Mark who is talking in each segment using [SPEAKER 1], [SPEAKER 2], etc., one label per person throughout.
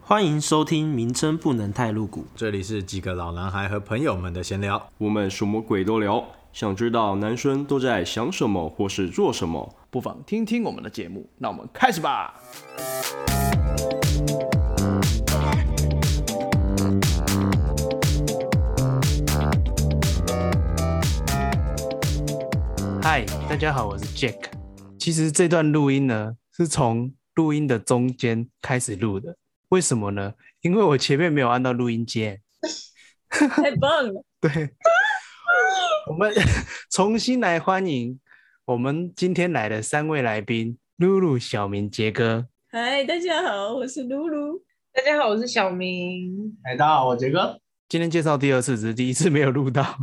[SPEAKER 1] 欢迎收听，名称不能太露骨。
[SPEAKER 2] 这里是几个老男孩和朋友们的闲聊，
[SPEAKER 3] 我们什么鬼都聊，想知道男生都在想什么或是做什么。
[SPEAKER 4] 不妨听听我们的节目。那我们开始吧。
[SPEAKER 5] 嗨，大家好，我是 Jack。其实这段录音呢，是从录音的中间开始录的。为什么呢？因为我前面没有按到录音键。
[SPEAKER 6] 太棒了！
[SPEAKER 5] 对， 我们 重新来欢迎我们今天来的三位来宾：露露、小明、杰哥。
[SPEAKER 6] 嗨，大家好，我是露露。
[SPEAKER 7] 大家好，我是小明。
[SPEAKER 8] 哎，大家好，我杰哥。
[SPEAKER 5] 今天介绍第二次，只是第一次没有录 到。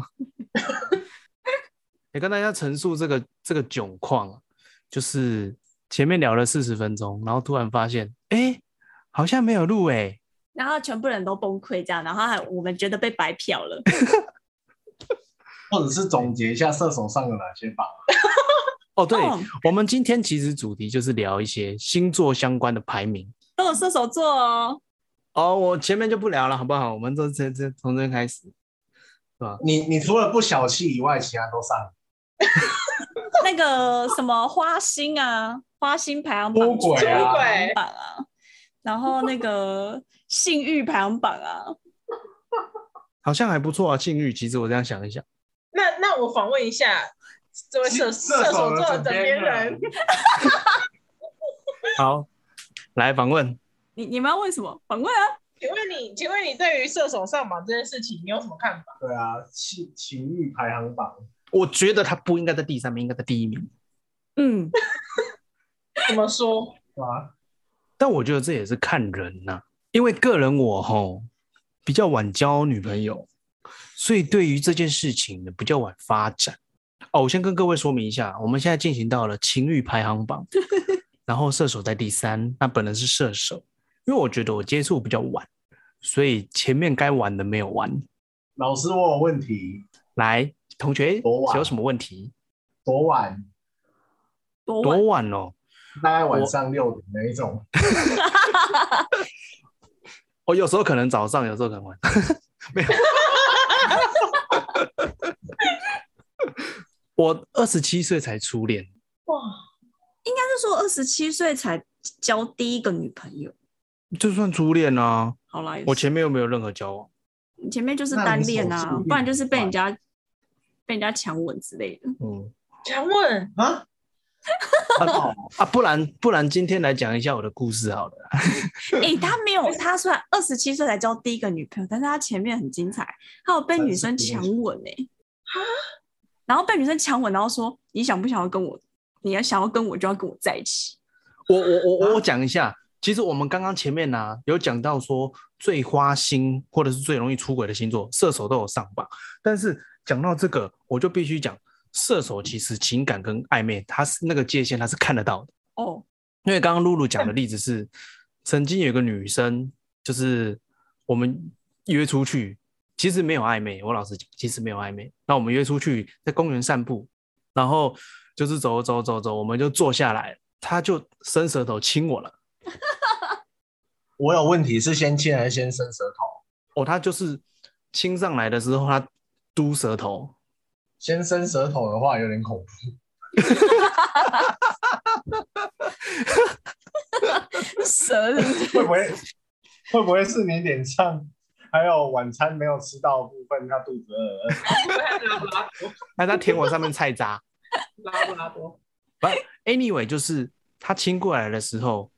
[SPEAKER 5] 也跟大家陈述这个这个窘况啊，就是前面聊了四十分钟，然后突然发现，哎，好像没有录哎、
[SPEAKER 6] 然后全部人都崩溃，这样，然后还我们觉得被白嫖 了。
[SPEAKER 8] 或者是总结一下射手上有哪些把柄？
[SPEAKER 5] 哦，对，
[SPEAKER 6] 哦
[SPEAKER 5] 我们今天其实主题就是聊一些星座相关的排名。
[SPEAKER 6] 都有射手座哦，
[SPEAKER 5] 哦，我前面就不聊了，好不好？我们这这这从这开始。
[SPEAKER 8] 你你除了不小气以外，其他都上。
[SPEAKER 6] 那个什么花心啊，花心排行榜、
[SPEAKER 8] 出轨啊
[SPEAKER 6] 排行榜啊，然后那个性欲排行榜啊，
[SPEAKER 5] 好像还不错啊，性欲。其实我这样想一想，
[SPEAKER 7] 那那我访问一下这位射
[SPEAKER 8] 射
[SPEAKER 7] 射
[SPEAKER 8] 手
[SPEAKER 7] 手
[SPEAKER 8] 的
[SPEAKER 7] 座的枕边人，
[SPEAKER 5] 好，来访问。
[SPEAKER 6] 你你们要问什么？反问啊，
[SPEAKER 7] 请问你，请问你对于射手上榜这件事情，你有什么看法？
[SPEAKER 8] 对啊，情情欲排行榜，
[SPEAKER 5] 我觉得他不应该在第三名，应该在第一名。
[SPEAKER 6] 嗯，
[SPEAKER 7] 怎么说？
[SPEAKER 8] 对吧？
[SPEAKER 5] 但我觉得这也是看人呐、因为个人我吼比较晚交女朋友，所以对于这件事情呢比较晚发展。哦，我先跟各位说明一下，我们现在进行到了情欲排行榜，然后射手在第三，那本人是射手，因为我觉得我接触比较晚，所以前面该玩的没有玩。
[SPEAKER 8] 老师，我有问题，
[SPEAKER 5] 来，同学
[SPEAKER 8] 多晚
[SPEAKER 5] 有什么问题？
[SPEAKER 8] 多晚？
[SPEAKER 6] 多问
[SPEAKER 5] 多晚哦？
[SPEAKER 8] 大概晚上六点那一种。
[SPEAKER 5] 哦，有时候可能早上，有时候可能晚上， 没有。我二十七岁才初恋，
[SPEAKER 7] 哇，
[SPEAKER 6] 他是说二十七岁才交第一个女朋友，
[SPEAKER 5] 就算初恋啊，
[SPEAKER 6] 好啦，也
[SPEAKER 5] 我
[SPEAKER 6] 是
[SPEAKER 5] 前面又没有任何交往，
[SPEAKER 6] 你前面就是
[SPEAKER 8] 那
[SPEAKER 6] 单
[SPEAKER 8] 你
[SPEAKER 6] 恋
[SPEAKER 8] 手
[SPEAKER 6] 啊
[SPEAKER 8] 术，
[SPEAKER 6] 不然就是被
[SPEAKER 8] 也
[SPEAKER 6] 人家被人家强吻之类的。
[SPEAKER 5] 嗯
[SPEAKER 7] 想问
[SPEAKER 8] 啊？
[SPEAKER 5] 啊啊，不然不然今天来讲一下我的故事好了啦，
[SPEAKER 6] 哎、他没有，他虽然二十七岁才交第一个女朋友，但是他前面很精彩，他有被女生强吻哎、然后被女生强吻，然后说你想不想要跟我，你要想要跟我就要跟我在一起，
[SPEAKER 5] 我我我我我讲一下，其实我们刚刚前面呢、有讲到说最花心或者是最容易出轨的星座，射手都有上榜，但是讲到这个，我就必须讲，射手其实情感跟暧昧，它是那个界限，它是看得到的。
[SPEAKER 6] 哦，
[SPEAKER 5] 因为刚刚露露讲的例子是，曾经有一个女生，就是我们约出去，其实没有暧昧。我老实讲，其实没有暧昧。那我们约出去在公园散步，然后就是走走走走，我们就坐下来，她就伸舌头亲我了。
[SPEAKER 8] 我有问题，是先亲还是先伸舌头？
[SPEAKER 5] 哦，她就是亲上来的时候，她嘟舌头。
[SPEAKER 8] 先伸舌头的话有点恐怖。
[SPEAKER 6] 蛇是不是
[SPEAKER 8] 会不会会不会是你脸上还有晚餐没有吃到的部分，他肚子饿了？
[SPEAKER 7] 拉布拉多，
[SPEAKER 5] 那她舔我上面菜渣。
[SPEAKER 7] 拉布拉多，
[SPEAKER 5] Anyway，就是他亲过来的时候，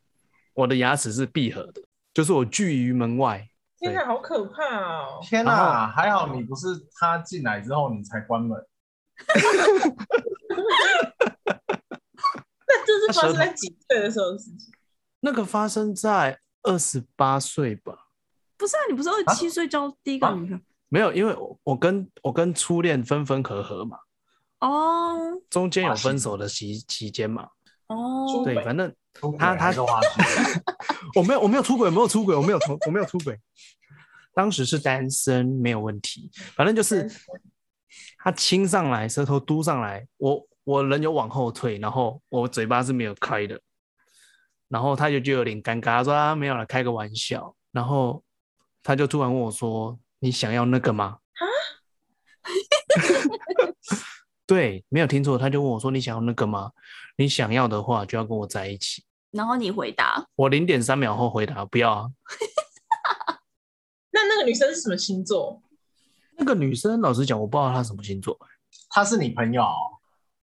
[SPEAKER 5] 我的牙齿是闭合的，就是我拒于门外。
[SPEAKER 7] 天哪，好可怕哦！
[SPEAKER 8] 天哪、
[SPEAKER 5] 然
[SPEAKER 8] 还好你不是他进来之后你才关门。
[SPEAKER 7] 那这
[SPEAKER 5] 那
[SPEAKER 7] 是发
[SPEAKER 5] 舌
[SPEAKER 7] 生在几岁的时候的事情？
[SPEAKER 5] 那个发生在二十八岁吧？
[SPEAKER 6] 不是啊？你不是二十七岁交第一个女朋友、
[SPEAKER 5] 没有，因为我我跟我跟初恋分分合合嘛，
[SPEAKER 6] 哦
[SPEAKER 5] 中间有分手的期期间嘛，
[SPEAKER 6] 哦，
[SPEAKER 5] 对，反正
[SPEAKER 8] 出轨
[SPEAKER 5] 他他
[SPEAKER 8] 还是花心
[SPEAKER 5] 我没有我没有出轨，我没有出轨，我没有出我没有出轨，当时是单身没有问题，反正就是他亲上来，舌头嘟上来，我我人有往后退，然后我嘴巴是没有开的，然后他就就有点尴尬，他说啊没有了，开个玩笑，然后他就突然问我说：“你想要那个吗？”啊？ 对，没有听错，他就问我说：“你想要那个吗？你想要的话，就要跟我在一起。
[SPEAKER 6] 然后你回答，”
[SPEAKER 5] 我零点三秒后回答：“不要啊。
[SPEAKER 7] 那那个女生是什么星座？”
[SPEAKER 5] 那个女生老实讲，我不知道她什么星座，
[SPEAKER 8] 他是你朋友，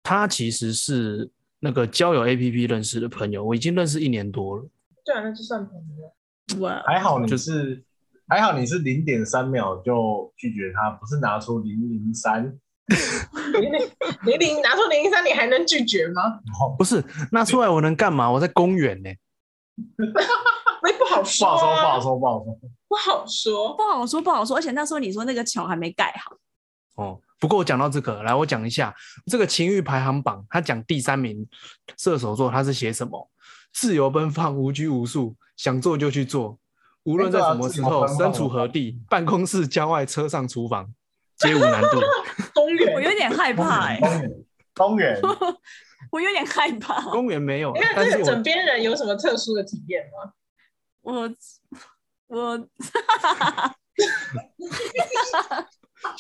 [SPEAKER 5] 她其实是那个交友 APP 认识的朋友，我已经认识一年多了。
[SPEAKER 7] 对啊，那就算朋友。
[SPEAKER 6] 哇，
[SPEAKER 8] 还好你是还好你是零点三秒就拒绝他，不是拿出零零三。
[SPEAKER 7] 零零零零拿出零零三，你还能拒绝吗？
[SPEAKER 5] 不是拿出来我能干嘛？我在公园呢、
[SPEAKER 7] 那不好
[SPEAKER 8] 不
[SPEAKER 7] 说、
[SPEAKER 8] 好
[SPEAKER 7] 啊，
[SPEAKER 8] 说，不好说，不
[SPEAKER 7] 不好
[SPEAKER 8] 好说。
[SPEAKER 7] 说。
[SPEAKER 6] 不好说不好说，而且那时候你说那个桥还没盖好，
[SPEAKER 5] 哦，不过我讲到这个，来我讲一下这个情欲排行榜，他讲第三名射手座，他是写什么？自由奔放，无拘无束，想做就去做，无论在什么时候，
[SPEAKER 8] 哎对啊自由奔
[SPEAKER 5] 身
[SPEAKER 8] 放
[SPEAKER 5] 处何地，办公室、郊外、车上、厨房，皆无难度。
[SPEAKER 7] 公
[SPEAKER 6] 我
[SPEAKER 7] 园，
[SPEAKER 6] 有点害怕哎、
[SPEAKER 8] 公园，公园，
[SPEAKER 6] 我有点害怕，
[SPEAKER 5] 公园没有
[SPEAKER 7] 你，看
[SPEAKER 5] 但
[SPEAKER 7] 这
[SPEAKER 5] 是
[SPEAKER 7] 个枕
[SPEAKER 5] 我
[SPEAKER 7] 边人有什么特殊的体验吗？
[SPEAKER 6] 我我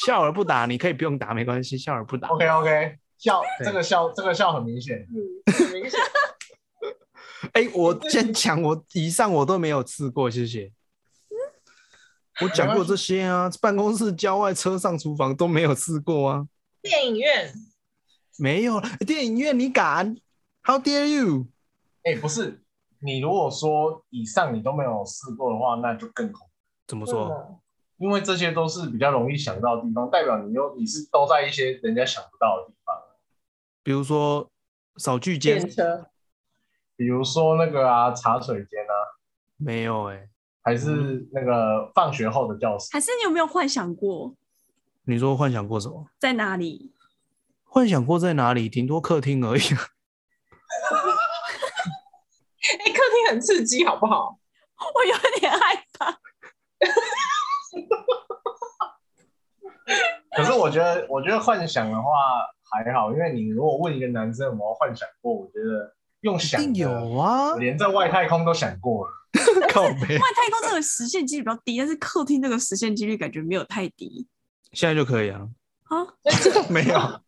[SPEAKER 5] 笑而不答，你可以不用答，没关系，笑而不答。
[SPEAKER 8] OK OK，笑，
[SPEAKER 5] 对
[SPEAKER 8] 这个笑，这个笑很明显。
[SPEAKER 7] 嗯，很明显。
[SPEAKER 5] 哎、我先讲，我以上我都没有试过，谢谢。我讲过这些啊，办公室、郊外、车上、厨房都没有试过啊。
[SPEAKER 7] 电影 院，
[SPEAKER 5] 没有电影院，你敢？How dare you？
[SPEAKER 8] 哎、不是，你如果说以上你都没有试过的话，那就更恐怖，
[SPEAKER 5] 怎么
[SPEAKER 7] 不
[SPEAKER 5] 说？
[SPEAKER 8] 嗯因为这些都是比较容易想到的地方，代表你又你是都在一些人家想不到的地方，
[SPEAKER 5] 比如说扫具
[SPEAKER 7] 电
[SPEAKER 5] 间，
[SPEAKER 7] 车，
[SPEAKER 8] 比如说那个啊茶水间啊，
[SPEAKER 5] 没有哎、
[SPEAKER 8] 还是那个放学后的教室。
[SPEAKER 6] 还是你有没有幻想过
[SPEAKER 5] 你说幻想过什么？
[SPEAKER 6] 在哪里？
[SPEAKER 5] 幻想过在哪里？顶多客厅而已。啊
[SPEAKER 7] 哎、客厅很刺激，好不好？
[SPEAKER 6] 我有点害 怕，
[SPEAKER 8] 可是我觉得，我觉得幻想的话还好，因为你如果问一个男生有没有幻想过， 我觉得用
[SPEAKER 5] 一
[SPEAKER 8] 想的
[SPEAKER 5] 定有，啊
[SPEAKER 8] 我，连在外太空都想过了。
[SPEAKER 5] 靠背。
[SPEAKER 6] 外太空这个实现几率比较低，但是客厅这个实现几率感觉没有太低
[SPEAKER 5] 现在就可以啊，
[SPEAKER 6] 啊。
[SPEAKER 5] 没有，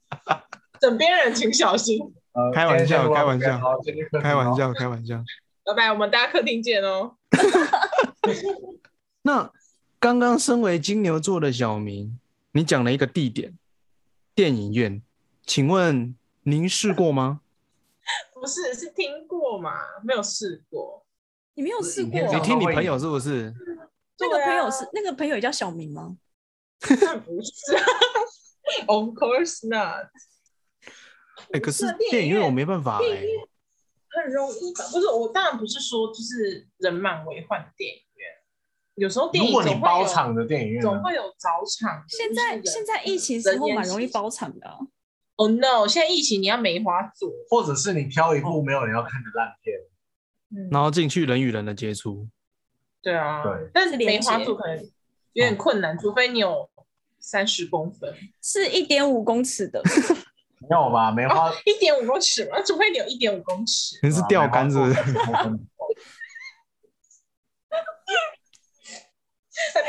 [SPEAKER 7] 枕边人请小心。
[SPEAKER 8] 呃
[SPEAKER 5] 开玩笑开玩笑，
[SPEAKER 8] 今天先
[SPEAKER 5] 开玩
[SPEAKER 8] 录到这边哦
[SPEAKER 5] 笑，开玩笑。
[SPEAKER 7] 拜拜，我们大家客厅见哦。
[SPEAKER 5] 那刚刚身为金牛座的小明，你讲了一个地点，电影院，请问您试过吗？
[SPEAKER 7] 不是，是听过嘛，没有试过。
[SPEAKER 6] 你没有试
[SPEAKER 8] 影
[SPEAKER 6] 过哦
[SPEAKER 8] 片
[SPEAKER 5] 你
[SPEAKER 8] 上
[SPEAKER 5] 听你朋友是不是？
[SPEAKER 6] 那个
[SPEAKER 7] 对啊
[SPEAKER 6] 朋友是那个朋友也叫小明吗？
[SPEAKER 7] 但不是 ，Of course not，
[SPEAKER 5] 哎、可是
[SPEAKER 7] 啊电
[SPEAKER 5] 电
[SPEAKER 7] 影
[SPEAKER 5] 影
[SPEAKER 7] 院
[SPEAKER 5] 院我没办法哎、
[SPEAKER 7] 电影院很容易吧？不是，我当然不是说就是人满为患的电影院，有时候电
[SPEAKER 8] 如
[SPEAKER 7] 影
[SPEAKER 8] 果你
[SPEAKER 7] 总会
[SPEAKER 8] 包
[SPEAKER 7] 有
[SPEAKER 8] 场的电影院呢，
[SPEAKER 7] 总会有早场的。
[SPEAKER 6] 现在
[SPEAKER 7] 就是
[SPEAKER 6] 现
[SPEAKER 7] 人
[SPEAKER 6] 在疫情时候蛮容易。包场的啊、
[SPEAKER 7] 哦、oh、no！现在疫情你要梅花座，
[SPEAKER 8] 或者是你挑一部没有人要看的烂片，
[SPEAKER 7] 嗯，
[SPEAKER 5] 然后进去人与人的接触，
[SPEAKER 7] 对啊，
[SPEAKER 8] 对
[SPEAKER 7] 但是梅
[SPEAKER 6] 连
[SPEAKER 7] 花
[SPEAKER 6] 接
[SPEAKER 7] 座可能有点困难，除非你有三十公分，
[SPEAKER 6] 是一点五公尺的，
[SPEAKER 8] 没有吧？梅花
[SPEAKER 7] 一点五公尺嘛，除非你有一点五公尺。
[SPEAKER 5] 哦你
[SPEAKER 8] 啊
[SPEAKER 5] 是钓竿是不是？
[SPEAKER 8] 是？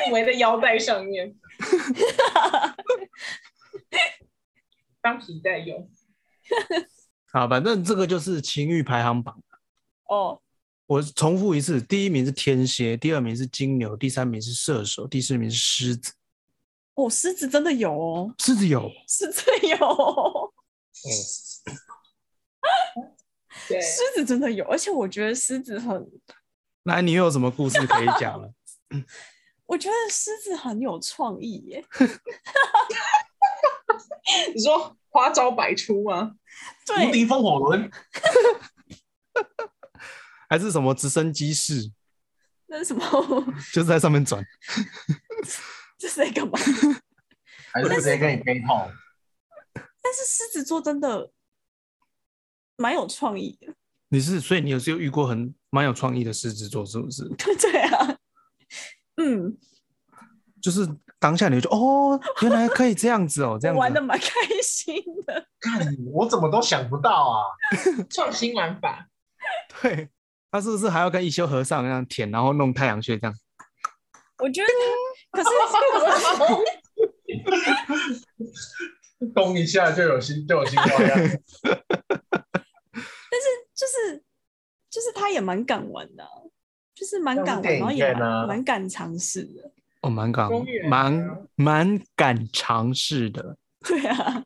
[SPEAKER 7] 你围在腰带上面，当皮带用。
[SPEAKER 5] 啊，反正这个就是情欲排行榜。
[SPEAKER 6] 哦，
[SPEAKER 5] 我重复一次，第一名是天蝎，第二名是金牛，第三名是射手，第四名是狮子。
[SPEAKER 6] 哦，狮子真的有哦，
[SPEAKER 5] 狮子有，
[SPEAKER 6] 狮子有哦，
[SPEAKER 7] 对，
[SPEAKER 6] 狮子真的有，而且我觉得狮子很，
[SPEAKER 5] 来，你又有什么故事可以讲了？
[SPEAKER 6] 我觉得狮子很有创意耶，
[SPEAKER 7] 你说花招百出吗？
[SPEAKER 8] 无
[SPEAKER 6] 对，
[SPEAKER 8] 敌风火轮，
[SPEAKER 5] 还是什么直升机式，
[SPEAKER 6] 那是什么？
[SPEAKER 5] 就是在上面转。
[SPEAKER 6] 这是在干嘛？
[SPEAKER 8] 还是直接跟你背痛？
[SPEAKER 6] 但是狮子座真的蛮有创意的，
[SPEAKER 5] 你是，所以你有是有遇过很蛮有创意的狮子座，是不是？
[SPEAKER 6] 对 对啊，嗯，
[SPEAKER 5] 就是当下你就哦，原来可以这样子哦，这样
[SPEAKER 6] 玩的
[SPEAKER 5] 子。
[SPEAKER 6] 蛮开心的，
[SPEAKER 8] 看我怎么都想不到啊！
[SPEAKER 7] 创新玩法，
[SPEAKER 5] 对，他是不是还要跟一休和尚那样舔，然后弄太阳穴这样？
[SPEAKER 9] 我觉得
[SPEAKER 6] 可是
[SPEAKER 8] 咚一下就有新就有新花样。
[SPEAKER 6] 就是就是他也蛮敢玩的啊、就是蛮敢
[SPEAKER 8] 像
[SPEAKER 6] 玩，然
[SPEAKER 8] 是
[SPEAKER 6] 后
[SPEAKER 8] 电影
[SPEAKER 6] 也
[SPEAKER 8] 院啊
[SPEAKER 6] 蛮蛮敢尝试的。
[SPEAKER 5] 哦，蛮敢
[SPEAKER 7] 公园啊
[SPEAKER 5] 蛮蛮敢尝试的。
[SPEAKER 6] 对 啊，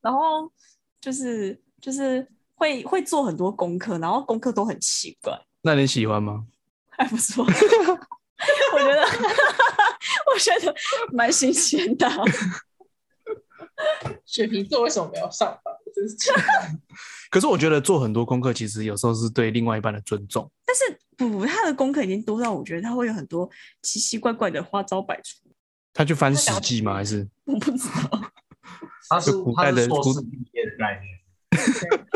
[SPEAKER 6] 然后就是就是会会做很多功课，然后功课都很奇怪，
[SPEAKER 5] 那你喜欢吗？
[SPEAKER 6] 还不 错。 我觉得我觉得蛮新鲜 的啊，
[SPEAKER 7] 水瓶座为什么没有上榜？我真是气死
[SPEAKER 5] 可是我觉得做很多功课，其实有时候是对另外一半的尊重。
[SPEAKER 6] 但是不不，他的功课已经多到我觉得他会有很多奇奇怪怪的花招百出，
[SPEAKER 5] 他去翻《史记》吗？还是
[SPEAKER 6] 我不知道。
[SPEAKER 8] 他是
[SPEAKER 5] 就古
[SPEAKER 8] 他
[SPEAKER 5] 代
[SPEAKER 8] 是
[SPEAKER 5] 的
[SPEAKER 8] 硕
[SPEAKER 5] 古
[SPEAKER 8] 士毕业的 概念，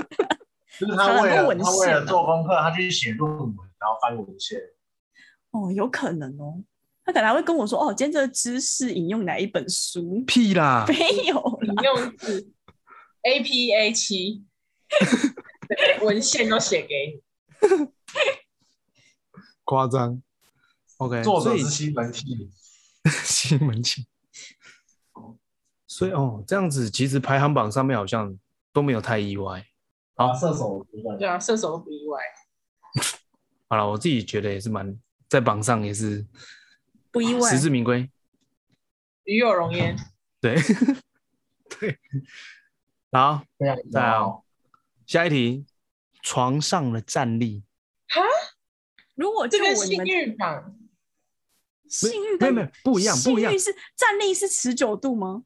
[SPEAKER 8] 就是他
[SPEAKER 6] 很
[SPEAKER 8] 为
[SPEAKER 6] 多
[SPEAKER 8] 了
[SPEAKER 6] 文
[SPEAKER 8] 他为
[SPEAKER 6] 献
[SPEAKER 8] 了
[SPEAKER 6] 啊
[SPEAKER 8] 做功课，他去写论文，然后翻文献。
[SPEAKER 6] 哦，有可能哦，他可能还会跟我说，哦，今天这个知识引用哪一本书？
[SPEAKER 5] 屁 啦？
[SPEAKER 6] 没有
[SPEAKER 7] 引
[SPEAKER 6] 啦，
[SPEAKER 7] 用字 A P A 七，对文献都写给你。
[SPEAKER 5] 夸张。OK，
[SPEAKER 8] 作
[SPEAKER 5] 所
[SPEAKER 8] 者
[SPEAKER 5] 以
[SPEAKER 8] 是西门庆，
[SPEAKER 5] 西门庆。所以哦，这样子其实排行榜上面好像都没有太意外。
[SPEAKER 8] 啊，射手的部分
[SPEAKER 7] 对啊，射手都不意外。
[SPEAKER 5] 好了，我自己觉得也是蛮在榜上也是
[SPEAKER 6] 不意外
[SPEAKER 5] 实。至名归。
[SPEAKER 7] 与有容焉，
[SPEAKER 5] 对 对，好，
[SPEAKER 8] 对啊，
[SPEAKER 5] 再来哦下一题，床上的战力，
[SPEAKER 6] 如果
[SPEAKER 7] 这
[SPEAKER 6] 就
[SPEAKER 7] 跟
[SPEAKER 6] 我你
[SPEAKER 7] 性
[SPEAKER 6] 们
[SPEAKER 7] 欲榜
[SPEAKER 6] 性欲
[SPEAKER 5] 没有
[SPEAKER 6] 跟
[SPEAKER 5] 没有不一样，不一样
[SPEAKER 6] 性欲，是站立是持久度吗？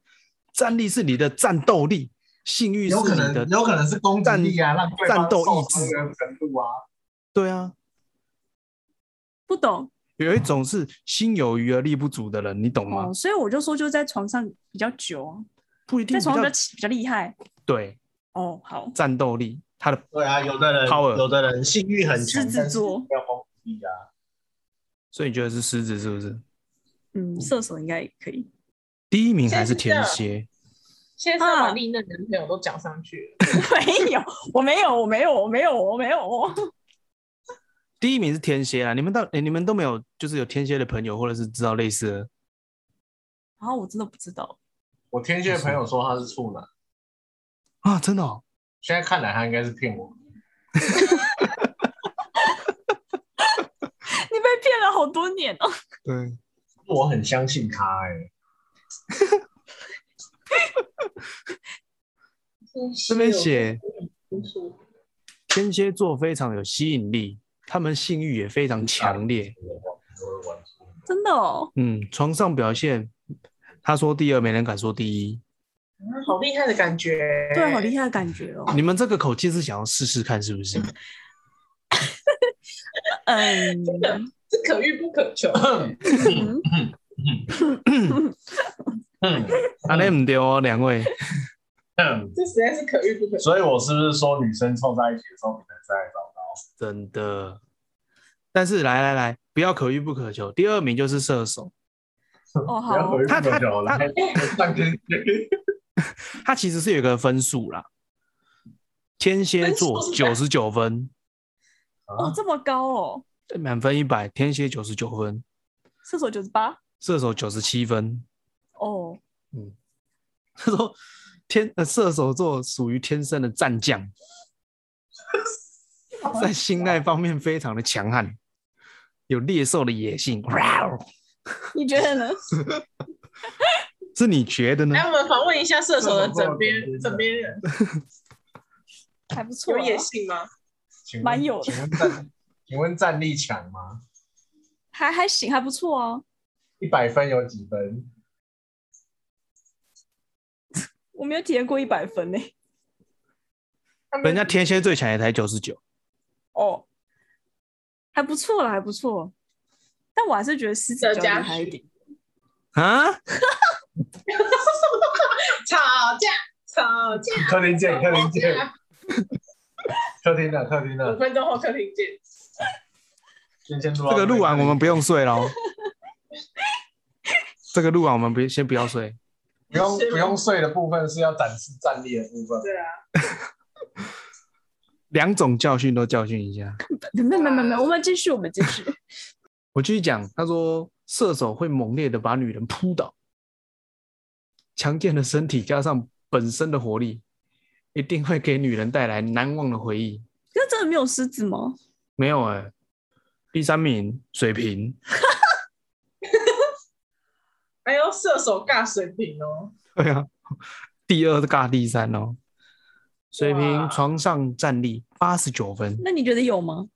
[SPEAKER 5] 战力是你的战斗力，性欲是
[SPEAKER 8] 啊有可
[SPEAKER 5] 你的
[SPEAKER 8] 能有可能是攻击力啊，让对方
[SPEAKER 5] 战斗
[SPEAKER 8] 受
[SPEAKER 5] 意志
[SPEAKER 8] 伤的程度啊，
[SPEAKER 5] 对啊，
[SPEAKER 6] 不懂
[SPEAKER 5] 有一种是心有余而力不足的人，你懂吗
[SPEAKER 6] 哦，？所以我就说就在床上比较久啊，
[SPEAKER 5] 不一定
[SPEAKER 6] 在
[SPEAKER 5] 比
[SPEAKER 6] 床上
[SPEAKER 5] 较
[SPEAKER 6] 比较比较厉害
[SPEAKER 5] 对
[SPEAKER 6] 哦。好，
[SPEAKER 5] 战斗力，他的
[SPEAKER 8] 对啊，有的人
[SPEAKER 5] Power
[SPEAKER 8] 有的人性欲很强，
[SPEAKER 6] 狮子
[SPEAKER 8] 但是
[SPEAKER 6] 座
[SPEAKER 8] 没有攻击力啊，
[SPEAKER 5] 所以你觉得是狮子是不是？
[SPEAKER 6] 嗯，射手应该也可以。
[SPEAKER 5] 第一名还是
[SPEAKER 7] 现在
[SPEAKER 5] 天
[SPEAKER 7] 是
[SPEAKER 5] 蝎？
[SPEAKER 7] 现
[SPEAKER 6] 啊
[SPEAKER 7] 在把丽嫩的男朋友都讲上去了，
[SPEAKER 6] 没有，我没有，我没有，我没有，我没有。
[SPEAKER 5] 第一名是天蝎啊！你们到、诶你们都没有，就是有天蝎的朋友，或者是知道类似的
[SPEAKER 6] 然啊后我真的不知道，
[SPEAKER 8] 我天蝎朋友说他是处男，
[SPEAKER 5] 啊？真的、哦？
[SPEAKER 8] 现在看来他应该是骗我。
[SPEAKER 6] 你被骗了好多年哦。
[SPEAKER 5] 对，
[SPEAKER 8] 我很相信他哎、
[SPEAKER 5] 这边写天蝎座非常有吸引力，他们性欲也非常强烈。
[SPEAKER 6] 真的哦，
[SPEAKER 5] 嗯，床上表现，他说第二，没人敢说第一。
[SPEAKER 7] 嗯好厉害的感觉。
[SPEAKER 6] 对，好厉害的感觉哦。
[SPEAKER 5] 你们这个口气是想要试试看是 不是？啊
[SPEAKER 6] 嗯，
[SPEAKER 7] 这可遇不可求。
[SPEAKER 6] 嗯
[SPEAKER 8] 嗯
[SPEAKER 5] 啊，那唔对哦，两位。
[SPEAKER 8] 嗯，
[SPEAKER 7] 这实在是可遇不可求。
[SPEAKER 8] 所以我是不是说女生凑在一起的时候比男生还糟糕？
[SPEAKER 5] 真的。但是来来来，不要可遇不可求。第二名就是射手，
[SPEAKER 6] 哦
[SPEAKER 8] 不要
[SPEAKER 6] 好
[SPEAKER 8] 回，避
[SPEAKER 5] 他他
[SPEAKER 8] 多久了，
[SPEAKER 5] 他
[SPEAKER 8] 来上天蝎，
[SPEAKER 5] 它其实是有一个分数啦。天蝎座
[SPEAKER 7] 分数
[SPEAKER 5] 九
[SPEAKER 7] 是
[SPEAKER 5] 十九分，
[SPEAKER 6] 哦
[SPEAKER 8] 啊
[SPEAKER 6] 这么高哦，
[SPEAKER 5] 满分一百，天蝎九十九分，
[SPEAKER 6] 射手九十八
[SPEAKER 5] 射手九十七分。
[SPEAKER 6] 哦，
[SPEAKER 5] 他说天呃射手座属于天生的战将，在性爱方面非常的强悍，有猎兽的野性。哇哦
[SPEAKER 6] 你觉得呢？
[SPEAKER 5] 是你觉得呢
[SPEAKER 7] 来，？哎我们访问一下射手的枕边
[SPEAKER 8] 射手座的
[SPEAKER 7] 枕边人，
[SPEAKER 6] 还不错
[SPEAKER 7] 有
[SPEAKER 6] 啊，
[SPEAKER 7] 野性吗？
[SPEAKER 8] 请问
[SPEAKER 6] 蛮有的
[SPEAKER 8] 请问战，请问战力强吗？
[SPEAKER 6] 还还行，还不错啊。
[SPEAKER 8] 一百分有几分？
[SPEAKER 6] 我没有体验过一百分呢、
[SPEAKER 7] 他们
[SPEAKER 5] 人家天蝎最强也才九十九，
[SPEAKER 6] 哦，还不错啦，还不错。但我还是觉得狮子比较厉害一点。
[SPEAKER 5] 啊，
[SPEAKER 7] 吵架吵架，
[SPEAKER 8] 客厅见，客厅 见，客厅啊的客厅
[SPEAKER 7] 五
[SPEAKER 8] 的，
[SPEAKER 7] 分钟后客厅见。
[SPEAKER 8] 先先录到
[SPEAKER 5] 这个
[SPEAKER 8] 边
[SPEAKER 5] 录完我们不用睡喽。这个录完我们不先不要睡。
[SPEAKER 8] 不用不用睡的部分是要展示战力的部分。
[SPEAKER 7] 对啊，
[SPEAKER 5] 两种教训都教训一下。
[SPEAKER 6] 没有没有没有没有，我们继续，我们继续。
[SPEAKER 5] 我继续讲，他说射手会猛烈的把女人扑倒。强健的身体加上本身的活力，一定会给女人带来难忘的回忆。
[SPEAKER 6] 可是真的没有狮子吗？
[SPEAKER 5] 没有哎、第三名水瓶，
[SPEAKER 7] 哎呦，射手尬水平哦，
[SPEAKER 5] 对啊，第二尬第三哦。水
[SPEAKER 7] 哇
[SPEAKER 5] 瓶床上战力八十九分，
[SPEAKER 6] 那你觉得有吗？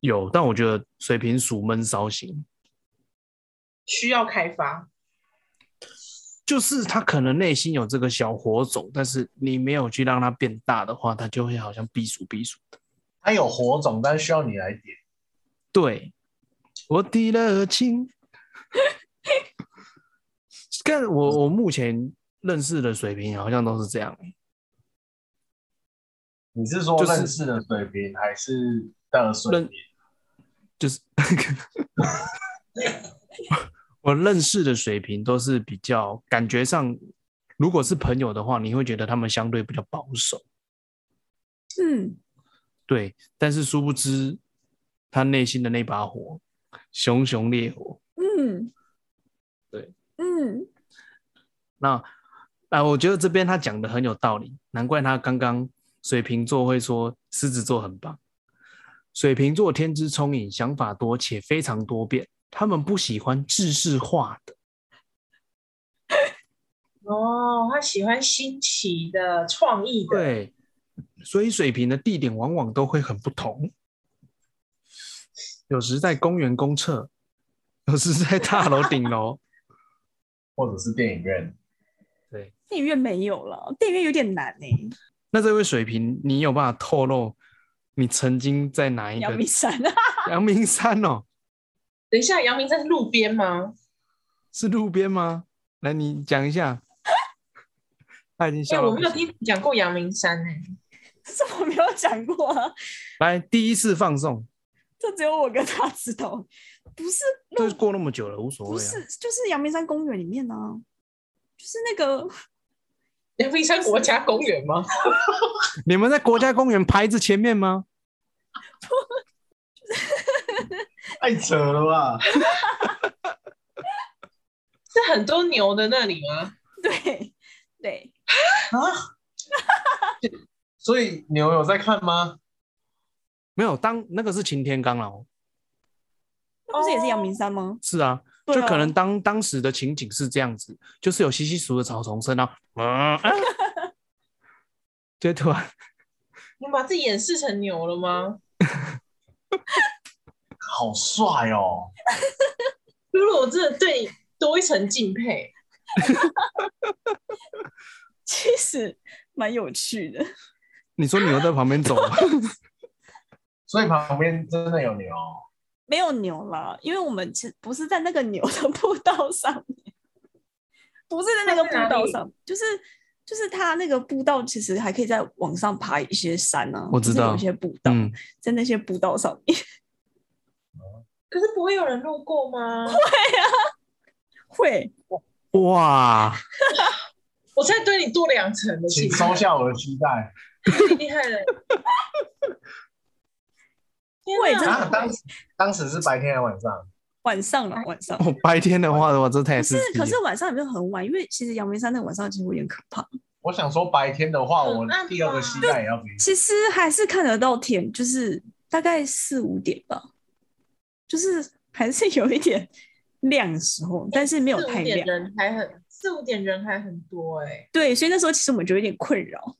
[SPEAKER 5] 有，但我觉得水瓶属闷骚型，
[SPEAKER 7] 需要开发。
[SPEAKER 5] 就是他可能内心有这个小火种，但是你没有去让它变大的话，它就会好像避暑避暑。
[SPEAKER 8] 他有火种，但需要你来点。
[SPEAKER 5] 对，我的热情。但我我目前认识的水平好像都是这样，
[SPEAKER 8] 你是说
[SPEAKER 5] 就是
[SPEAKER 8] 认识的水平还是的水
[SPEAKER 5] 认
[SPEAKER 8] 平？
[SPEAKER 5] 就是 我认识的水平都是比较感觉上，如果是朋友的话，你会觉得他们相对比较保守，
[SPEAKER 6] 嗯，
[SPEAKER 5] 对。但是殊不知，他内心的那把火，熊熊烈火，
[SPEAKER 6] 嗯，
[SPEAKER 5] 对，
[SPEAKER 6] 嗯，
[SPEAKER 5] 那啊，我觉得这边他讲的很有道理，难怪他刚刚水瓶座会说狮子座很棒。水瓶座天资聪颖，想法多且非常多变，他们不喜欢制式化的，
[SPEAKER 7] 哦，他喜欢新奇的、创意的。
[SPEAKER 5] 对，所以水瓶的地点往往都会很不同，有时在公园公厕，有时在大楼顶楼，
[SPEAKER 8] 或者是电影院？
[SPEAKER 5] 对。
[SPEAKER 6] 电影院没有了，电影院有点难呢、
[SPEAKER 5] 那这位水瓶，你有办法透露你曾经在哪一
[SPEAKER 6] 阳
[SPEAKER 5] 个
[SPEAKER 6] 明山啊，
[SPEAKER 5] 阳明山哦？
[SPEAKER 7] 等一下，阳明山是路边吗？
[SPEAKER 5] 是路边吗？来，你讲一 下。他已经
[SPEAKER 7] 哎、
[SPEAKER 5] 笑了
[SPEAKER 7] 我
[SPEAKER 5] 不
[SPEAKER 7] 没
[SPEAKER 5] 行。
[SPEAKER 7] 有听你讲过阳明山呢、
[SPEAKER 6] 这我没有讲过啊，
[SPEAKER 5] 来，第一次放送，
[SPEAKER 6] 这只有我跟他知道，不是
[SPEAKER 5] 都
[SPEAKER 6] 路，
[SPEAKER 5] 过那么久了，无所
[SPEAKER 6] 不
[SPEAKER 5] 谓
[SPEAKER 6] 是
[SPEAKER 5] 啊。，
[SPEAKER 6] 就是阳明山公园里面呢、啊，就是那个
[SPEAKER 7] 阳明山国家公 园吗？
[SPEAKER 5] 你们在国家公园牌子前面
[SPEAKER 6] 哦
[SPEAKER 5] 吗？
[SPEAKER 8] 太扯了吧！
[SPEAKER 7] 是很多牛的那里吗？
[SPEAKER 6] 对对，
[SPEAKER 8] 啊？所以牛有在看吗？
[SPEAKER 5] 没有，当那个是擎天岗了。
[SPEAKER 6] 那不是也是
[SPEAKER 7] 哦
[SPEAKER 6] 阳明山吗？
[SPEAKER 5] 是啊，
[SPEAKER 6] 对
[SPEAKER 5] 就
[SPEAKER 6] 啊
[SPEAKER 5] 可能当当时的情景是这样子，就是有稀稀疏的草丛声啊，啊，啊 就突然
[SPEAKER 7] 你把自己演示成牛了吗？
[SPEAKER 8] 好帅哦！
[SPEAKER 7] 露露，我真的对你多一层敬佩。
[SPEAKER 6] 其实蛮有趣的，
[SPEAKER 5] 你说牛在旁边走 吗，
[SPEAKER 8] 所以旁边真的有牛，哦
[SPEAKER 6] 没有牛啦，因为我们其实不是在那个牛的步道上面，不是在那个步道上，就是就是它那个步道其实还可以再往上爬一些山啊，
[SPEAKER 5] 我知道
[SPEAKER 6] 就是有一些步道、
[SPEAKER 5] 嗯，
[SPEAKER 6] 在那些步道上面
[SPEAKER 7] 可是不会有人路过吗？
[SPEAKER 6] 会，
[SPEAKER 5] 哇，
[SPEAKER 7] 我才对你多两层的
[SPEAKER 8] 请
[SPEAKER 7] 敬
[SPEAKER 8] 收
[SPEAKER 7] 佩，
[SPEAKER 8] 下我的膝盖
[SPEAKER 7] 太 厉害了。天
[SPEAKER 6] 会
[SPEAKER 7] 哪
[SPEAKER 6] 真
[SPEAKER 8] 啊！
[SPEAKER 6] 的
[SPEAKER 8] 当时当时是白天还是晚上？
[SPEAKER 6] 晚上了晚上。
[SPEAKER 5] 我白天的话的话，这太
[SPEAKER 6] 可是
[SPEAKER 5] 刺，激
[SPEAKER 6] 可
[SPEAKER 5] 了。
[SPEAKER 6] 是晚上也没有很晚，因为其实阳明山那个晚上其实有点可怕。
[SPEAKER 8] 我想说白天的话，
[SPEAKER 6] 嗯
[SPEAKER 7] 很
[SPEAKER 8] 我
[SPEAKER 7] 暗
[SPEAKER 8] 第二
[SPEAKER 7] 吧
[SPEAKER 8] 个膝盖也要给你。
[SPEAKER 6] 其实还是看得到天，就是大概四五点吧，就是还是有一点亮的时候，但是没有
[SPEAKER 7] 四五
[SPEAKER 6] 太
[SPEAKER 7] 点
[SPEAKER 6] 亮。
[SPEAKER 7] 人还很四五点人还很多哎、
[SPEAKER 6] 对，所以那时候其实我们就有点困扰。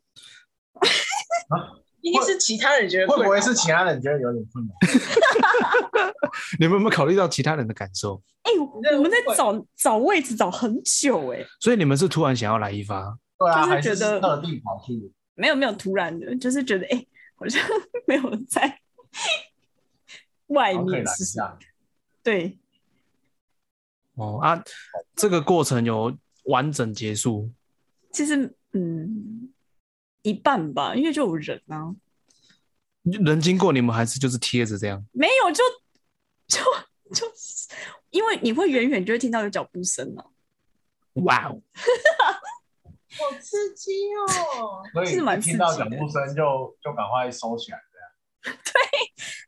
[SPEAKER 7] 应该是其他人觉得
[SPEAKER 8] 会不
[SPEAKER 7] 困
[SPEAKER 6] 啊
[SPEAKER 8] 会
[SPEAKER 7] 扰
[SPEAKER 8] 是
[SPEAKER 7] 吧
[SPEAKER 8] 其他人觉得有点困难？
[SPEAKER 5] 你们有没有考虑到其他人的感受？
[SPEAKER 6] 哎、
[SPEAKER 7] 这
[SPEAKER 6] 我们在找找位置找很久哎、
[SPEAKER 5] 所以你们是突然想要来一发，
[SPEAKER 8] 对啊，
[SPEAKER 6] 就是
[SPEAKER 8] 还是
[SPEAKER 6] 觉得
[SPEAKER 8] 特地跑去？
[SPEAKER 6] 没有没有突然的，就是觉得哎、好像 没有在 外
[SPEAKER 8] 哦好，可以
[SPEAKER 6] 面
[SPEAKER 8] 来
[SPEAKER 6] 是
[SPEAKER 8] 一
[SPEAKER 6] 什么？
[SPEAKER 8] 下。
[SPEAKER 6] 对，
[SPEAKER 5] 哦啊，这个过程有完整结束，
[SPEAKER 6] 其实嗯一半吧，因为就有人啊，
[SPEAKER 5] 人经过你们还是就是贴着这样，
[SPEAKER 6] 没有就就就是因为你会远远就会听到有脚步声啊，
[SPEAKER 5] 哇哦，
[SPEAKER 7] 好刺激哦！
[SPEAKER 8] 所以
[SPEAKER 6] 是蛮
[SPEAKER 8] 一听到
[SPEAKER 6] 刺激
[SPEAKER 8] 脚
[SPEAKER 6] 的
[SPEAKER 8] 步声就就赶快收起来。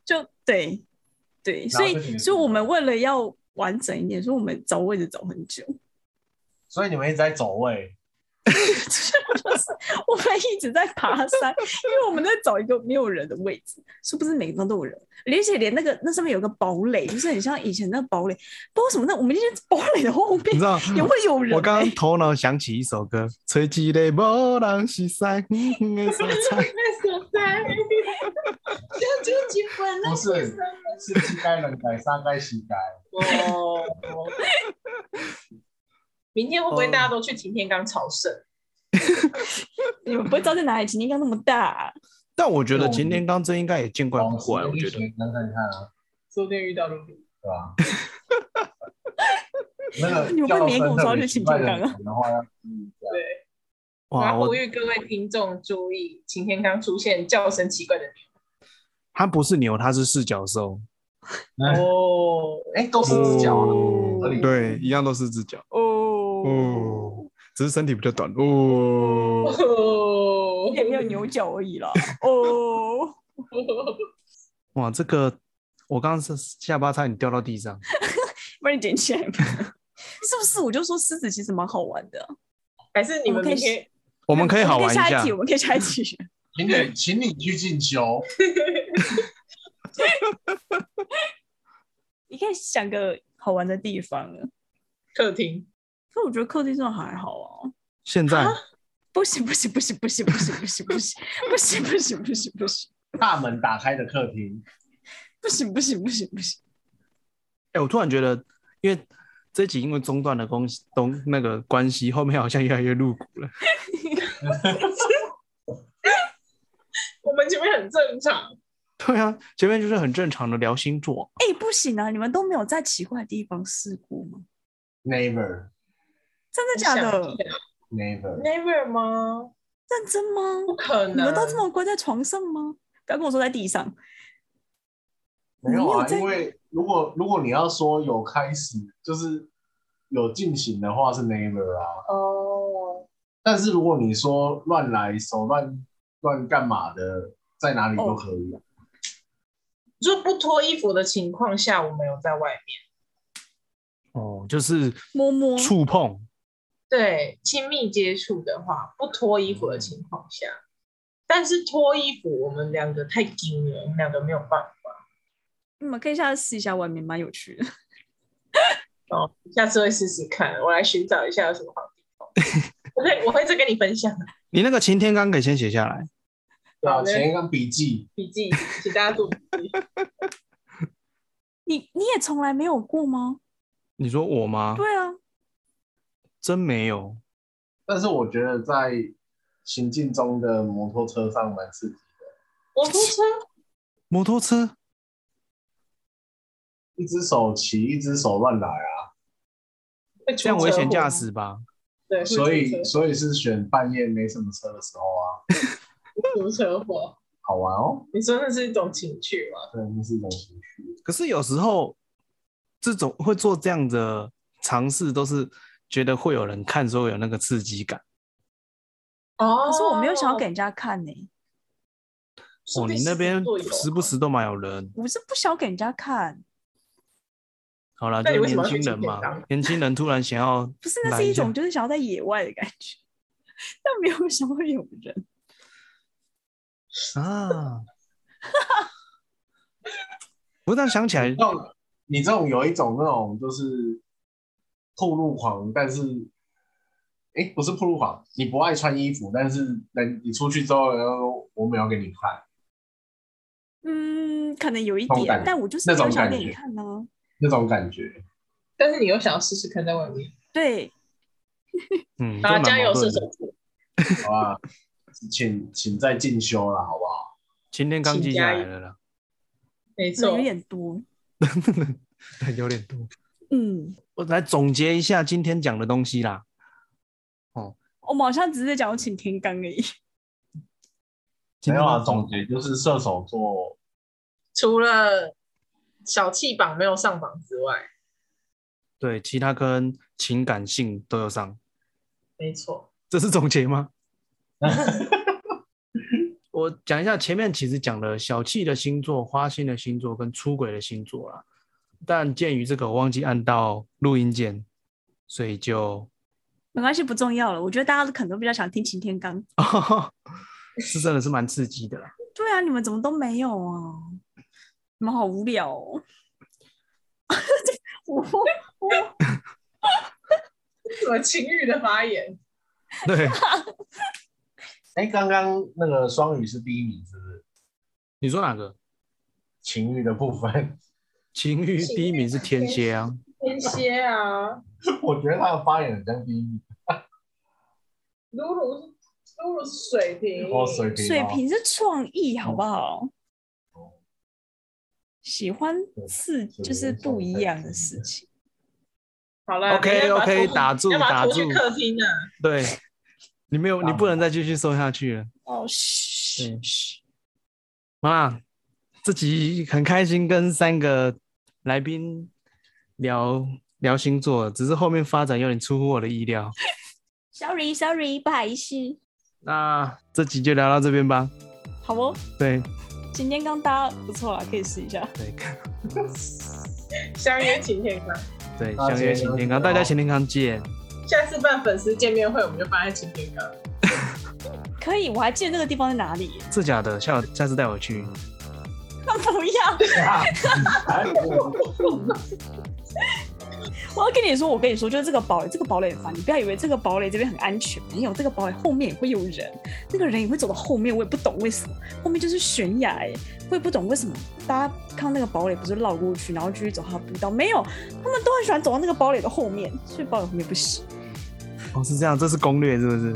[SPEAKER 6] 就对对，
[SPEAKER 8] 然
[SPEAKER 6] 所
[SPEAKER 8] 后就你
[SPEAKER 6] 以
[SPEAKER 8] 的
[SPEAKER 6] 所以我们为了要完整一点，所以我们找位置找很久。
[SPEAKER 8] 所以你们一直在走位，
[SPEAKER 6] 就是我们一直在爬山，因为我们在找一个没有人的位置，是不是每个地方都有人？而且连那个那上面有个堡垒，就是很像以前那个堡垒，不知道什么那我们就是堡垒的后
[SPEAKER 5] 你
[SPEAKER 6] 面
[SPEAKER 5] 知道
[SPEAKER 6] 也会有人、哎
[SPEAKER 5] 我刚刚头脑想起一首歌，吹起的波浪是山，的山 菜
[SPEAKER 7] 那首三，这就几分了。
[SPEAKER 8] 不是是膝盖冷改，沙该膝盖。
[SPEAKER 7] 哦，明天会不会大家都去擎天岗朝圣？
[SPEAKER 6] 你们不会知道在哪里，擎天岗那么大、
[SPEAKER 5] 但我觉得擎天刚真应该也见怪不怪，我觉得。
[SPEAKER 8] 能看看啊，
[SPEAKER 7] 说不定遇到路边。
[SPEAKER 8] 对吧？ 那个
[SPEAKER 6] 你们
[SPEAKER 8] 叫
[SPEAKER 6] 不是没跟
[SPEAKER 8] 声
[SPEAKER 6] 我
[SPEAKER 8] 特
[SPEAKER 6] 说
[SPEAKER 8] 别
[SPEAKER 6] 去
[SPEAKER 8] 奇
[SPEAKER 6] 擎
[SPEAKER 8] 怪
[SPEAKER 6] 天
[SPEAKER 8] 的
[SPEAKER 6] 岗啊
[SPEAKER 8] 人的话要注意一下。
[SPEAKER 7] 对，我
[SPEAKER 5] 哇，
[SPEAKER 7] 要
[SPEAKER 5] 我
[SPEAKER 7] 呼吁各位听众注意，擎天岗出现叫声奇怪的人。
[SPEAKER 5] 它不是牛，它是四脚兽。
[SPEAKER 7] 哦，
[SPEAKER 8] 哎，都是直角的，合理。
[SPEAKER 5] 哦对，一样都是只脚。
[SPEAKER 6] 哦，
[SPEAKER 5] 哦，只是身体比较短。哦，
[SPEAKER 7] 哦
[SPEAKER 6] 也没有牛角而已啦。 哦，
[SPEAKER 5] 哇，这个我刚刚是下巴差点掉到地上。
[SPEAKER 6] 把你捡起来吧。 是不是？我就说狮子其实蛮好玩的，
[SPEAKER 7] 还是你们明天
[SPEAKER 5] 我们可以好玩一
[SPEAKER 6] 下
[SPEAKER 5] 下
[SPEAKER 6] 一题，。我们可以下 一题。
[SPEAKER 8] 请你，请你去进修。
[SPEAKER 6] 你可以想个好玩的地方啊。
[SPEAKER 7] 客厅？
[SPEAKER 6] 可我觉得客厅这种还好啊。
[SPEAKER 5] 现在
[SPEAKER 6] 不行不行不行不行不行不行不行不行不行不行不行
[SPEAKER 8] 大门打开的客厅，
[SPEAKER 6] 不行不行不行不行！
[SPEAKER 5] 哎、我突然觉得，因为这集因为中断的东西东那个关系，后面好像越来越露骨了。
[SPEAKER 7] 我们前面很正常，
[SPEAKER 5] 对啊，前面就是很正常的聊星座，
[SPEAKER 6] 哎，不行啊！你们都没有在奇怪的地方试过吗？
[SPEAKER 8] Never,
[SPEAKER 6] 真的假的？
[SPEAKER 8] never。
[SPEAKER 7] ？Never 吗？
[SPEAKER 6] 认真
[SPEAKER 7] 不
[SPEAKER 6] 吗？
[SPEAKER 7] 可能，
[SPEAKER 6] 你们都这么乖在床上吗？不要跟我说在地上。
[SPEAKER 8] 没有
[SPEAKER 6] 你有
[SPEAKER 8] 啊，
[SPEAKER 6] 在
[SPEAKER 8] 因为如果如果你要说有开始，就是有进行的话是 never 啊。
[SPEAKER 7] 哦，
[SPEAKER 8] 但是如果你说乱来、手乱乱干嘛的，在哪里
[SPEAKER 6] 哦
[SPEAKER 8] 都可以、啊。
[SPEAKER 7] 就不脱衣服的情况下，我们有在外面
[SPEAKER 5] 哦，就是
[SPEAKER 6] 摸摸
[SPEAKER 5] 触碰，
[SPEAKER 7] 对亲密接触的话，不脱衣
[SPEAKER 5] 嗯
[SPEAKER 7] 服的情况下，但是脱衣服我们两个太紧了，我们两个没有办法。
[SPEAKER 6] 你们可以下次试一下外面，蛮有趣的。
[SPEAKER 7] 哦，下次会试试看，我来寻找一下有什么好地方。我会我会再跟你分享
[SPEAKER 5] 你那个擎天刚可以先写下来。
[SPEAKER 8] 对
[SPEAKER 7] 好
[SPEAKER 8] 啊，
[SPEAKER 7] 嘞
[SPEAKER 8] 前一个笔记，
[SPEAKER 7] 笔记，请大家做笔记。
[SPEAKER 6] 你你也从来没有过吗？
[SPEAKER 5] 你说我吗？
[SPEAKER 6] 对啊，
[SPEAKER 5] 真没有。
[SPEAKER 8] 但是我觉得在行进中的摩托车上蛮刺激。
[SPEAKER 7] 我不车
[SPEAKER 5] 摩托车，
[SPEAKER 8] 一只手骑，一只手乱来啊，
[SPEAKER 7] 会出
[SPEAKER 5] 这样危险
[SPEAKER 7] 车祸啊
[SPEAKER 5] 驾，驶吧？
[SPEAKER 7] 对，会出
[SPEAKER 8] 所以
[SPEAKER 7] 车
[SPEAKER 8] 所以是选半夜没什么车的时候啊，
[SPEAKER 7] 出车祸，
[SPEAKER 8] 好玩哦，
[SPEAKER 7] 你说那是一种情趣吗？
[SPEAKER 8] 对，那是一种情趣。
[SPEAKER 5] 可是有时候这种会做这样的尝试，都是觉得会有人看，所以有那个刺激感。
[SPEAKER 7] 哦，
[SPEAKER 6] 可是我没有想要给人家看呢、
[SPEAKER 5] 哦，你那边时不
[SPEAKER 7] 时？
[SPEAKER 5] 时都蛮有人。
[SPEAKER 6] 我是不想给人家看，
[SPEAKER 5] 好啦，
[SPEAKER 7] 那
[SPEAKER 5] 就
[SPEAKER 7] 你
[SPEAKER 5] 是年
[SPEAKER 7] 为什么要
[SPEAKER 5] 轻
[SPEAKER 7] 去
[SPEAKER 5] 人
[SPEAKER 7] 擎天
[SPEAKER 5] 嘛
[SPEAKER 7] 岗，
[SPEAKER 5] 年轻人突然想要
[SPEAKER 6] 不是那
[SPEAKER 5] 来
[SPEAKER 6] 是一
[SPEAKER 5] 下
[SPEAKER 6] 种就是想要在野外的感觉，但没有想要有人。
[SPEAKER 5] 啊。 我这样想起来
[SPEAKER 8] 你，这种你这种有一种那种就是铺路狂，但是哎、诶不是铺路狂，你不爱穿衣服，但是人你出去之后，然后说我没有给你看
[SPEAKER 6] 嗯，可能有一
[SPEAKER 8] 那种感
[SPEAKER 6] 点
[SPEAKER 8] 觉，
[SPEAKER 6] 但我就是
[SPEAKER 8] 那
[SPEAKER 6] 没有
[SPEAKER 8] 种
[SPEAKER 6] 想
[SPEAKER 8] 感
[SPEAKER 6] 给你
[SPEAKER 8] 觉
[SPEAKER 6] 看呢、
[SPEAKER 8] 那种感觉，
[SPEAKER 7] 但是你又想要试试看在外面，
[SPEAKER 6] 对，
[SPEAKER 5] 嗯，
[SPEAKER 7] 大
[SPEAKER 5] 这
[SPEAKER 7] 家加
[SPEAKER 5] 蛮
[SPEAKER 7] 油
[SPEAKER 5] 矛
[SPEAKER 7] 射
[SPEAKER 5] 盾
[SPEAKER 7] 手
[SPEAKER 5] 的。
[SPEAKER 7] 座，
[SPEAKER 8] 好吧？ 请请再进修了，好不好？
[SPEAKER 5] 今天刚
[SPEAKER 7] 请
[SPEAKER 5] 记
[SPEAKER 7] 加
[SPEAKER 5] 下来
[SPEAKER 7] 油
[SPEAKER 5] 了啦，
[SPEAKER 7] 没
[SPEAKER 6] 人
[SPEAKER 7] 错
[SPEAKER 6] 有，点多。
[SPEAKER 5] 有点多。
[SPEAKER 6] 嗯，
[SPEAKER 5] 我来总结一下今天讲的东西啦。
[SPEAKER 6] 我们好像只是讲请天刚而已。
[SPEAKER 5] 今天
[SPEAKER 8] 没有啊，
[SPEAKER 5] 要
[SPEAKER 8] 总结就是射手座
[SPEAKER 7] 除了小气榜没有上榜之外，
[SPEAKER 5] 对，其他跟情感性都有上，
[SPEAKER 7] 没错，
[SPEAKER 5] 这是总结 吗？我讲一下前面其实讲了小气的星座、花心的星座跟出轨的星座啦。但鉴于这个我忘记按到录音键，所以就
[SPEAKER 6] 没关系，不重要了。我觉得大家可能都比较想听擎天刚。
[SPEAKER 5] 是真的是蛮刺激的啦。
[SPEAKER 6] 对啊，你们怎么都没有啊？你们好无聊哦。 我
[SPEAKER 7] 什么情欲的发言？
[SPEAKER 5] 对，
[SPEAKER 8] 哎，刚刚那个双语是第一名，是不是？
[SPEAKER 5] 你说哪个？
[SPEAKER 8] 情欲的部分，
[SPEAKER 5] 情欲第一名是天蝎啊，
[SPEAKER 7] 天蝎啊，
[SPEAKER 8] 我觉得他的发言很像第一名，
[SPEAKER 7] 露露是露露是水瓶，
[SPEAKER 8] 哦，水平、哦，
[SPEAKER 6] 水 平是创意，好不好？喜欢刺
[SPEAKER 8] 水
[SPEAKER 6] 就是
[SPEAKER 8] 瓶
[SPEAKER 6] 不
[SPEAKER 8] 是
[SPEAKER 6] 一
[SPEAKER 8] 太
[SPEAKER 6] 样的
[SPEAKER 8] 刺
[SPEAKER 6] 事
[SPEAKER 8] 激
[SPEAKER 6] 情。
[SPEAKER 7] 好了
[SPEAKER 5] OK，OK，
[SPEAKER 7] 你要把它拖
[SPEAKER 5] 打住
[SPEAKER 7] 要把它
[SPEAKER 5] 打
[SPEAKER 7] 拖
[SPEAKER 5] 住
[SPEAKER 7] 去客厅啊。
[SPEAKER 5] 对，你没有，你不能再继续收下去了。
[SPEAKER 6] 哦，嘘
[SPEAKER 5] 对，妈，这集很开心，跟三个来宾聊聊星座，只是后面发展有点出乎我的意料。
[SPEAKER 6] ，sorry sorry，不好意思。
[SPEAKER 5] 那这集就聊到这边吧。
[SPEAKER 6] 好哦，
[SPEAKER 5] 对
[SPEAKER 6] 擎天刚搭不错啊，可以试一下。
[SPEAKER 5] 对
[SPEAKER 7] 相约晴天刚，
[SPEAKER 5] 对，
[SPEAKER 8] 好
[SPEAKER 5] 相约晴天康，大家晴天康见。
[SPEAKER 7] 下次办粉丝见面会，我们就放在晴天刚。
[SPEAKER 6] 可以，我还记得那个地方在哪里 耶。
[SPEAKER 5] 是假的，下下次带我去。
[SPEAKER 6] 不要，我要跟你说，我跟你说，就是这个堡垒，这个堡垒很烦。你不要以为这个堡垒这边很安全，没有，这个堡垒后面也会有人，那个人也会走到后面，我也不懂为什么，后面就是悬崖、欸，我也不懂为什么大家看那个堡垒不是绕过去，然后继续走他的步道，没有，他们都很喜欢走到那个堡垒的后面，所以堡垒后面不行。
[SPEAKER 5] 哦，是这样，这是攻略是不是？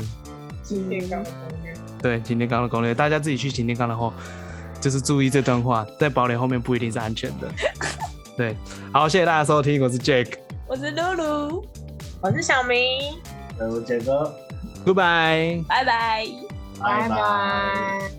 [SPEAKER 7] 晴天刚的攻略，
[SPEAKER 5] 对，擎天刚的攻略，大家自己去擎天刚的后，就是注意这段话，在堡垒后面不一定是安全的。对，好，谢谢大家收听，我是 Jake，Goodbye。
[SPEAKER 6] 我是露露，
[SPEAKER 7] 我是小明，
[SPEAKER 8] 呃，杰哥，
[SPEAKER 5] Goodbye
[SPEAKER 6] 拜拜。
[SPEAKER 8] 拜拜。